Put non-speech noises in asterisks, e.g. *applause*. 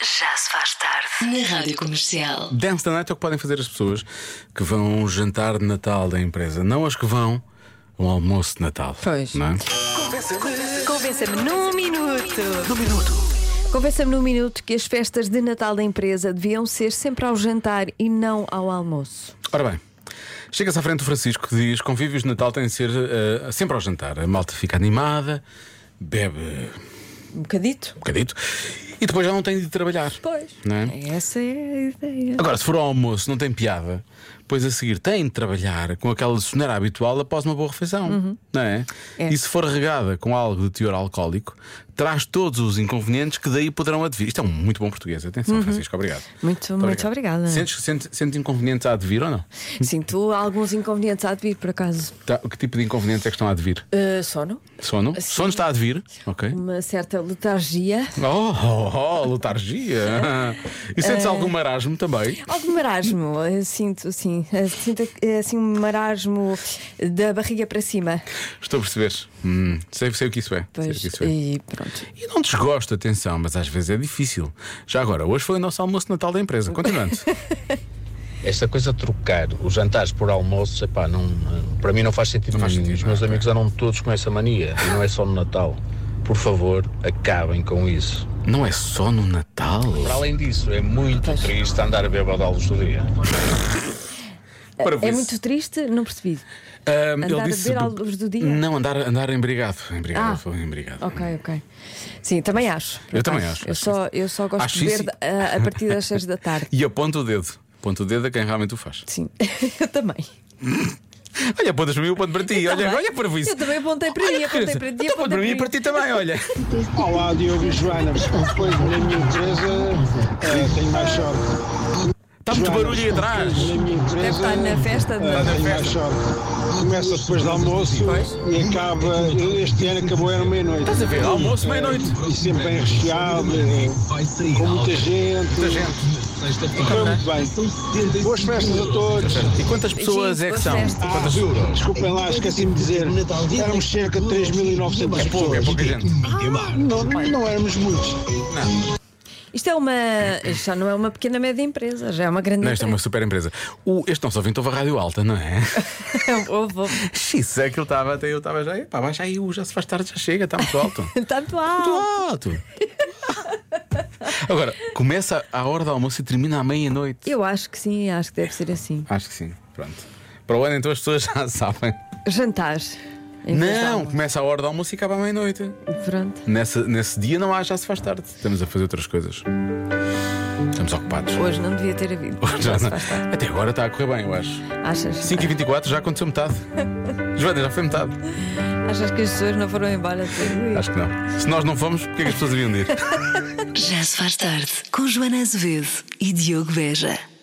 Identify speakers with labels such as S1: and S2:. S1: Já se faz tarde na Rádio Comercial.
S2: Dance the Night é o que podem fazer as pessoas que vão jantar de Natal da empresa, não as que vão ao almoço de Natal.
S3: Pois.
S2: Não é?
S4: Convença-me num minuto.
S3: Convença-me num minuto que as festas de Natal da empresa deviam ser sempre ao jantar e não ao almoço.
S2: Ora bem. Chega-se à frente do Francisco que diz: convívios de Natal têm de ser eh, sempre ao jantar. A malta fica animada, bebe
S3: Um bocadito?
S2: um bocadito e depois já não tem de trabalhar.
S3: Pois.
S2: Não é?
S3: Essa é a ideia.
S2: Agora, se for ao almoço, não tem piada, pois a seguir tem de trabalhar com aquela soneira habitual após uma boa refeição, não é?
S3: É.
S2: E se for regada com algo de teor alcoólico, traz todos os inconvenientes que daí poderão advir. Isto é um muito bom português, atenção, Francisco, obrigado.
S3: Uhum. Muito, muito obrigada.
S2: Sentes, sente, sente inconvenientes a advir ou não?
S3: Sinto alguns inconvenientes a advir, por acaso.
S2: Tá, que tipo de inconvenientes é que estão a advir?
S3: Uh, sono?
S2: Sono? Sono está a advir? Ok.
S3: Uma certa letargia.
S2: Oh, oh, oh,
S3: *laughs*
S2: letargia! e
S3: Eh.
S2: sentes algum marasmo também?
S3: Algum marasmo, eu sinto assim. eh, Sinto eh, assim um marasmo da barriga para cima.
S2: Estou a perceber. Hum, sei, sei o que isso é. sei o
S3: Pois,
S2: que isso é.
S3: e pronto.
S2: E não desgosto, atenção, mas às vezes é difícil. Já agora, hoje foi o nosso almoço de Natal da empresa. Continuando.
S5: Esta coisa de trocar os jantares por almoços, epá, não, para mim não faz sentido
S2: Não faz
S5: nenhum.
S2: sentido,
S5: Os
S2: não é?
S5: meus amigos andam todos com essa mania e não é só no Natal. Por favor, acabem com isso.
S2: *laughs* não é só no Natal?
S5: Para além disso, é muito triste andar a bêbado à luz do dia.
S2: Para
S3: É
S2: isso.
S3: muito triste, não percebi.
S2: Ahm,
S3: andar
S2: ele
S3: a
S2: disse,
S3: beber à luz do dia?
S2: Não, andar, andar embrigado. Embrigado,
S3: Ah.
S2: foi embrigado.
S3: Ok, ok. Sim, também acho. por
S2: Eu
S3: acaso.
S2: também acho,
S3: Eu
S2: acho
S3: só, eu só gosto
S2: Acho
S3: de
S2: isso
S3: ver a, a partir das 6 da tarde.
S2: E aponta o dedo. Aponta o dedo a quem realmente o
S3: *laughs*
S2: faz.
S3: Sim, eu também.
S2: Olha, apontas para mim, eu aponto para ti. Olha,
S3: também.
S2: olha para isso.
S3: Eu também apontei para
S2: Olha,
S3: mim, apontei
S2: criança.
S3: para ti,
S2: Então aponto
S3: apontei
S2: para mim e
S3: para
S2: para ti também,
S3: *laughs*
S2: olha.
S6: Olá, Diogo e Joana. Pois, na minha empresa eh, tenho mais sorte.
S2: Está muito
S6: Joana,
S2: um barulho aí atrás.
S6: Na
S3: Deve
S6: minha empresa
S3: estar na festa de-
S6: eh,
S2: na
S6: tenho mais
S2: festa.
S6: sorte. Começa depois do almoço e acaba, este ano acabou era meia-noite.
S2: Estás a ver? Almoço,
S6: Eh,
S2: meia-noite.
S6: E sempre bem recheado, eh, com muita gente. Muita gente. muito bem. Boas festas a todos.
S2: E quantas pessoas é que são?
S3: Beijinhos, boa
S6: Ah, desculpem lá, esqueci-me de dizer. Éramos cerca de 3.900
S2: É pouco, é
S6: pessoas.
S2: pouca gente.
S6: Não, não éramos muitos.
S3: Isto é uma. Já não é uma pequena média empresa, já é uma grande
S2: Não, Esta é uma
S3: empresa.
S2: super empresa. O, este nosso ouvinte ouve a rádio alta, não
S3: *laughs*
S2: é?
S3: Houve, houve.
S2: Xis, é que ele estava até eu estava já. Epá, baixa aí, o já se faz tarde, já chega, está muito alto.
S3: Tanto há.
S2: Muito alto. Agora, começa à hora do almoço e termina à meia-noite.
S3: Eu acho que sim, acho que deve ser assim.
S2: Acho que sim, pronto. Para o ano então as pessoas já *laughs* sabem.
S3: Jantar. em vez de
S2: não,
S3: almoço.
S2: começa à hora do almoço e acaba à meia-noite.
S3: Pronto.
S2: Nesse, nesse dia não há, já se faz tarde. Estamos a fazer outras coisas. Estamos ocupados.
S3: Hoje não devia ter havido.
S2: *laughs* Já
S3: Já se
S2: não-
S3: faz tarde.
S2: Até agora está a correr bem, eu acho.
S3: Achas?
S2: 5h24 já aconteceu *laughs* metade. Joana, já foi metade.
S3: Achas que as pessoas não foram embora? até-
S2: Acho que não. Se nós não fomos, porque é que as pessoas deviam de ir?
S1: Já se faz tarde com Joana Azevedo e Diogo Beja.